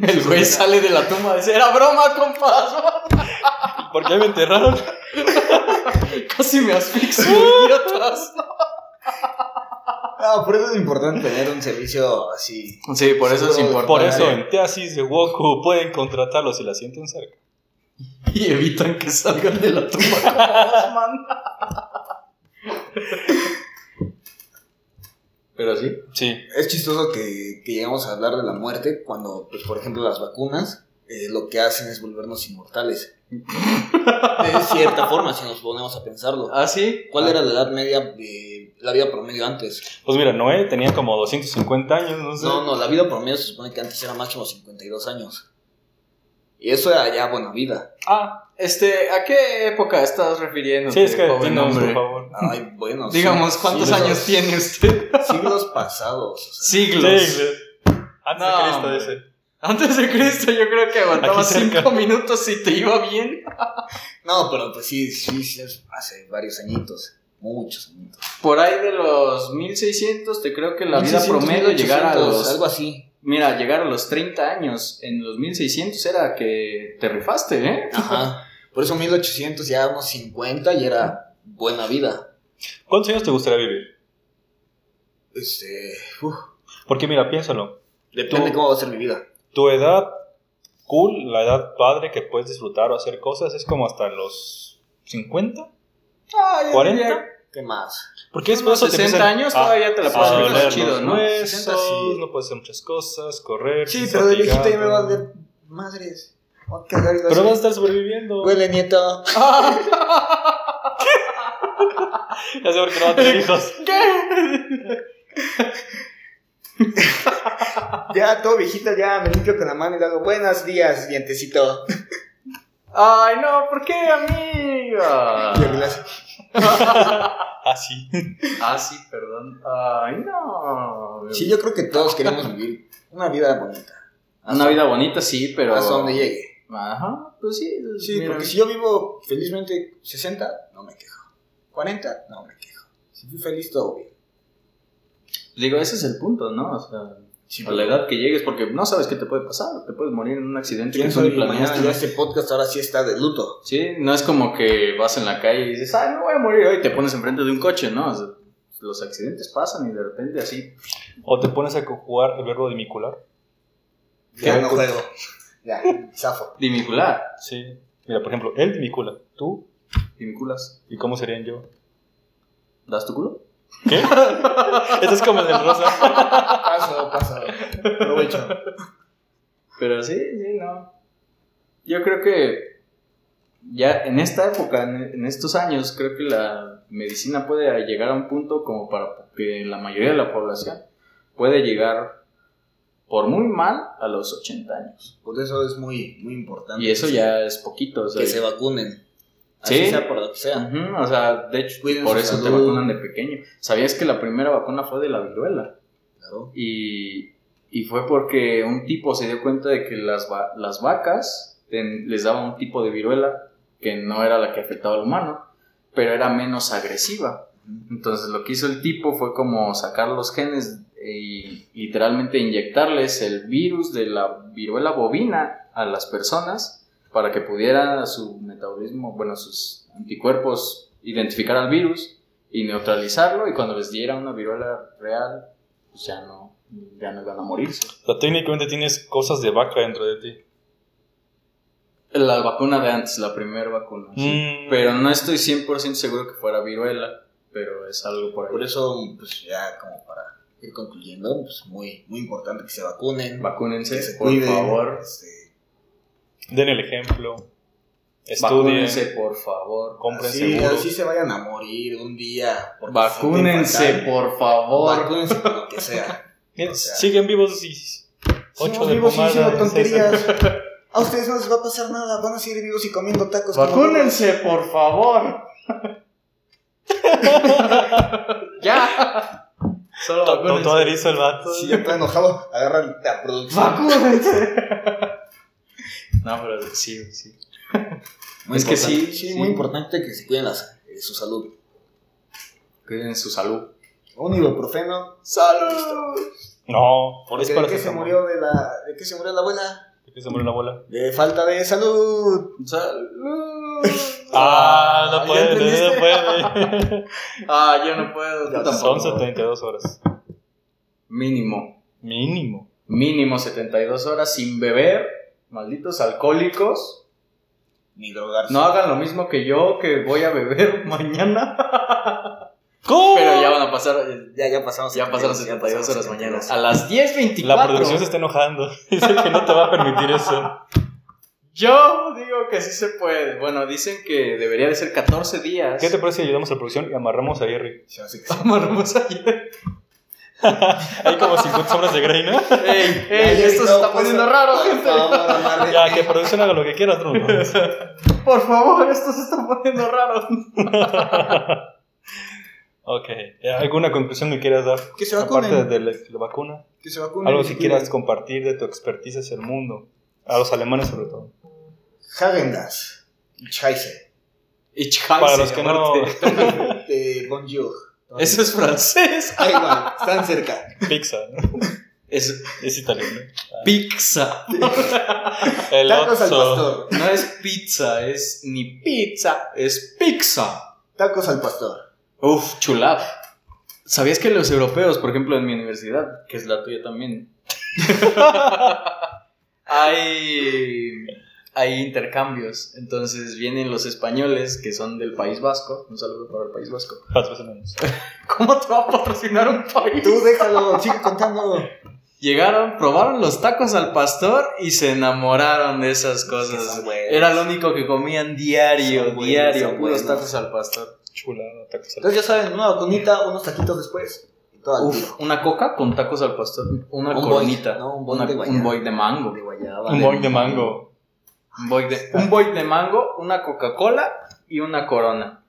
El güey sale de la tumba y dice, era broma, compas. ¿Por qué me enterraron? Casi me asfixio, idiotas. No, Ah, por eso es importante tener un servicio así. Sí, por eso es Por importante. Por eso en Teasis de Woku pueden contratarlo si la sienten cerca. Y evitan que salgan de la tumba como Batman. Pero sí. Sí. Es chistoso que, que llegamos a hablar de la muerte cuando, pues, por ejemplo, las vacunas eh, lo que hacen es volvernos inmortales. De cierta forma, si nos ponemos a pensarlo. ¿Ah, sí? ¿Cuál era la edad media de la vida promedio antes? Pues mira, Noé tenía como 250 años, no sé. No, no, la vida promedio se supone que antes era máximo 52 años. Y eso era ya buena vida. Ah, Este, ¿a qué época estás refiriendo? sí, es que dinos, por favor. Ay, bueno. sí. Digamos, ¿cuántos Siglos- años tiene usted? Siglos pasados. o sea. Siglos. Sí, sí. Antes No, de Cristo hombre. ese. Antes de Cristo yo creo que aguantaba Aquí cerca. cinco minutos si te iba bien. No, pero pues sí, sí, sí, es hace varios añitos. Muchos añitos. Por ahí de los 1600 te creo que la vida 1600, promedio llegara a 1800, los... Algo así. Mira, llegar a los 30 años en los 1600 era que te rifaste, ¿eh? Ajá. Por eso 1800, ya unos 50 y era buena vida. ¿Cuántos años te gustaría vivir? Este. uf, Porque mira, piénsalo. depende Tú- cómo va a ser mi vida. Tu edad cool, la edad padre que puedes disfrutar o hacer cosas es como hasta los 50. Ah, yo ¿Cuarenta? diría ¿Qué más? Ah, Porque es Unos 60 años todavía te la puedes vivir pasar chido, chido, ¿no? ¿no? 60 sí. no puedes hacer muchas cosas, correr. Sí, estar pero de viejito ya me fatigado. va a dar madres. Oh, Voy a cagar y va a Pero ser- vas a estar sobreviviendo. Huele, nieto. Ya sé por qué no va a tener hijos. Ya, todo viejito, ya me limpio con la mano y le hago buenos días, dientecito. Ay, no, ¿por qué, amiga? Y el Glass, Así. Ah, sí, perdón. Ay, no. Sí, yo creo que todos queremos vivir una vida bonita. Una vida bonita, sí, pero. Hasta donde llegue. Ajá, pues sí. Sí, mira. porque si yo vivo felizmente 60, no me quejo. 40, no me quejo. Si fui feliz, todo bien. Digo, ese es el punto, ¿no? O sea, a la edad que llegues, porque no sabes qué te puede pasar. Te puedes morir en un accidente que ¿Quién tú ni soy? Mañana planeaste. ya este podcast ahora sí está de luto. Sí, no es como que vas en la calle y dices, ay, me voy a morir hoy, te pones enfrente de un coche, ¿no? O sea, los accidentes pasan y de repente así. O te pones a conjugar el verbo dimicular. Ya ¿Qué? no juego. Ya, zafo. Dimicular. Sí. Mira, por ejemplo, él dimicula. Tú. Dimiculas. ¿Y cómo serían yo? ¿Das tu culo? ¿Qué? Eso es como el del rosa. Paso, paso. Aprovecho. Pero sí, sí, no. Yo creo que ya en esta época, en, en estos años, creo que la medicina puede llegar a un punto como para que la mayoría de la población puede llegar por muy mal a los 80 años. Por eso es muy, muy importante. Y eso que- ya es poquito. O sea, Que se vacunen. Sí. Así sea por lo que sea. Ujú, o sea, de hecho, Cuiden por su eso te salud. vacunan de pequeño. ¿Sabías que la primera vacuna fue de la viruela? Claro. Y, y fue porque un tipo se dio cuenta de que las, va- las vacas ten- les daba un tipo de viruela que no era la que afectaba al humano, pero era menos agresiva. Entonces lo que hizo el tipo fue como sacar los genes eh, y literalmente inyectarles el virus de la viruela bovina a las personas para que pudiera su metabolismo, bueno, sus anticuerpos identificar al virus y neutralizarlo y cuando les diera una viruela real pues ya no, ya no van a morirse. O sea, técnicamente tienes cosas de vaca dentro de ti. La vacuna de antes, la primera vacuna. sí. Mm. Pero no estoy 100% seguro que fuera viruela, pero es algo por ahí. Por eso, pues ya como para ir concluyendo, pues muy, muy importante que se vacunen. que Vacúnense, se por cuiden, favor. este, Den el ejemplo. Estudien. Vacúnense, por favor. Compren así, seguros. así se vayan a morir un día. porque se sienten Vacúnense, fatal. por favor. Vacúnense por lo que sea. Mira, o sea, Siguen vivos y. Ocho Somos de vivos y pomada, haciendo seis de- tonterías. A ustedes no les va a pasar nada, van a seguir vivos y comiendo tacos. como Vacúnense, por favor. ya. Solo To- to- Todo vacúnense. erizo el vato. locos. Si ya está enojado, agarran la producción. Vacúnense. no, pero sí, sí. Muy Es que sí, importante. sí. muy importante que se cuiden las- eh, su salud. Cuiden su salud. Un ibuprofeno. ¡Salud! No, Porque es ¿De para qué se murió de la, de qué se murió la abuela? ¿De qué se murió la abuela? De falta de salud. ¡Salud! Ah, ¿ya no puede, entendiste? no puede. Ah, yo no puedo. tú Ya, tampoco. Son 72 horas. Mínimo. Mínimo. Mínimo 72 horas sin beber. Malditos alcohólicos. Ni drogarse. No hagan lo mismo que yo, que voy a beber mañana. ¿Cómo? Pero ya van a pasar. eh, Ya, ya pasaron Ya pasaron 72 72 horas mañana. A las 10.24. La producción se está enojando. Dice que no te va a permitir eso. Yo digo que sí se puede. Bueno, dicen que debería de ser 14 días. ¿Qué te parece si ayudamos a la producción y amarramos a Jerry? Se hace que sí. Amarramos ayer. Hay como 50 hombras de Grey, ¿no? ¡Ey, ey! Ya, Esto se no, está pues, poniendo raro, por gente. favor, amarre. Ya, que producción haga lo que quiera, otro. Por favor, esto se está poniendo raro. Ok. ¿Alguna conclusión que quieras dar? Que se Aparte vacunen. de la, la vacuna. Que se vacunen. Algo y se que quieras cuiden. compartir de tu expertise hacia el mundo. A los alemanes sobre todo. Häagen-Dazs. Scheisse. Para los que no... De Bonjour. Eso es francés. Ahí va, están cerca. Pizza, ¿no? Es Es italiano. pizza. El Tacos al pastor. otro. No es pizza, es ni pizza, es pizza. Tacos al pastor. Uf, chulada. ¿Sabías que los europeos, por ejemplo, en mi universidad, que es la tuya también, hay, hay intercambios? Entonces vienen los españoles, que son del País Vasco. Un saludo para el País Vasco. Patrocinanos. ¿Cómo te va a patrocinar un país? Tú déjalo, sigue contando. Llegaron, probaron los tacos al pastor y se enamoraron de esas que cosas. son buenos. Era lo único que comían diario, Son buenos, diario, son puros buenos. tacos al pastor. Chulada, tacos al Entonces ya saben, una vacunita, unos taquitos después. Y todo al tiro. Uf, una coca con tacos al pastor, una Un boing, coronita, ¿no? Un boing una- de guayaba. boing de mango. De guayaba. Un boing de mango. Un boy de, un boy de mango, una Coca-Cola y una corona.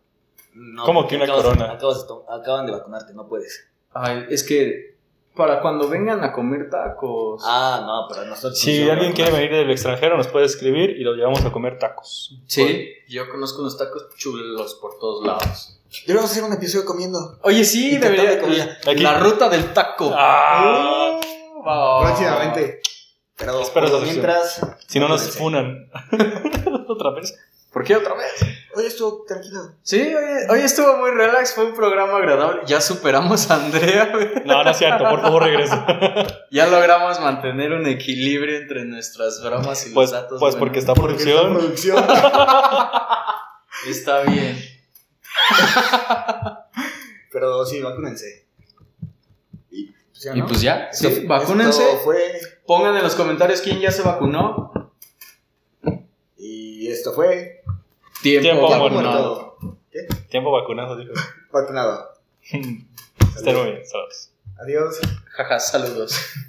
No, ¿Cómo que una acabas- corona? acabas de tom- acaban de vacunarte, no puedes. Ay, es que para cuando vengan a comer tacos. Ah, no, pero nosotros. Si alguien quiere venir del extranjero, nos puede escribir y lo llevamos a comer tacos. sí, yo conozco unos tacos chulos por todos lados. Deberíamos hacer un episodio comiendo. Oye, sí, ¿Y qué tal debería. de comida? la- Aquí. La ruta del taco. Ah. Oh. Próximamente. Pero Espero por lo esa mientras. Si no nos Acuérdense. funan. Otra vez. ¿Por qué otra vez? Oye, estuvo tranquilo. Sí, hoy, hoy estuvo muy relax, fue un programa agradable. Ya superamos a Andrea, güey. No, no es cierto, por favor regresa. Ya logramos mantener un equilibrio entre nuestras bromas y Pues, los datos. pues buenos. porque está Esta producción. producción. Está bien. Pero sí, vacúnense. Y pues ya. Y ¿no? pues ya, Esto- sí, vacúnense. esto fue. Pongan en los comentarios quién ya se vacunó. Y esto fue. Tiempo, Tiempo Ya vacunado. vacunado. Tiempo vacunado, dijo. Vacunado. Estén muy bien, saludos. Adiós. Jaja, saludos.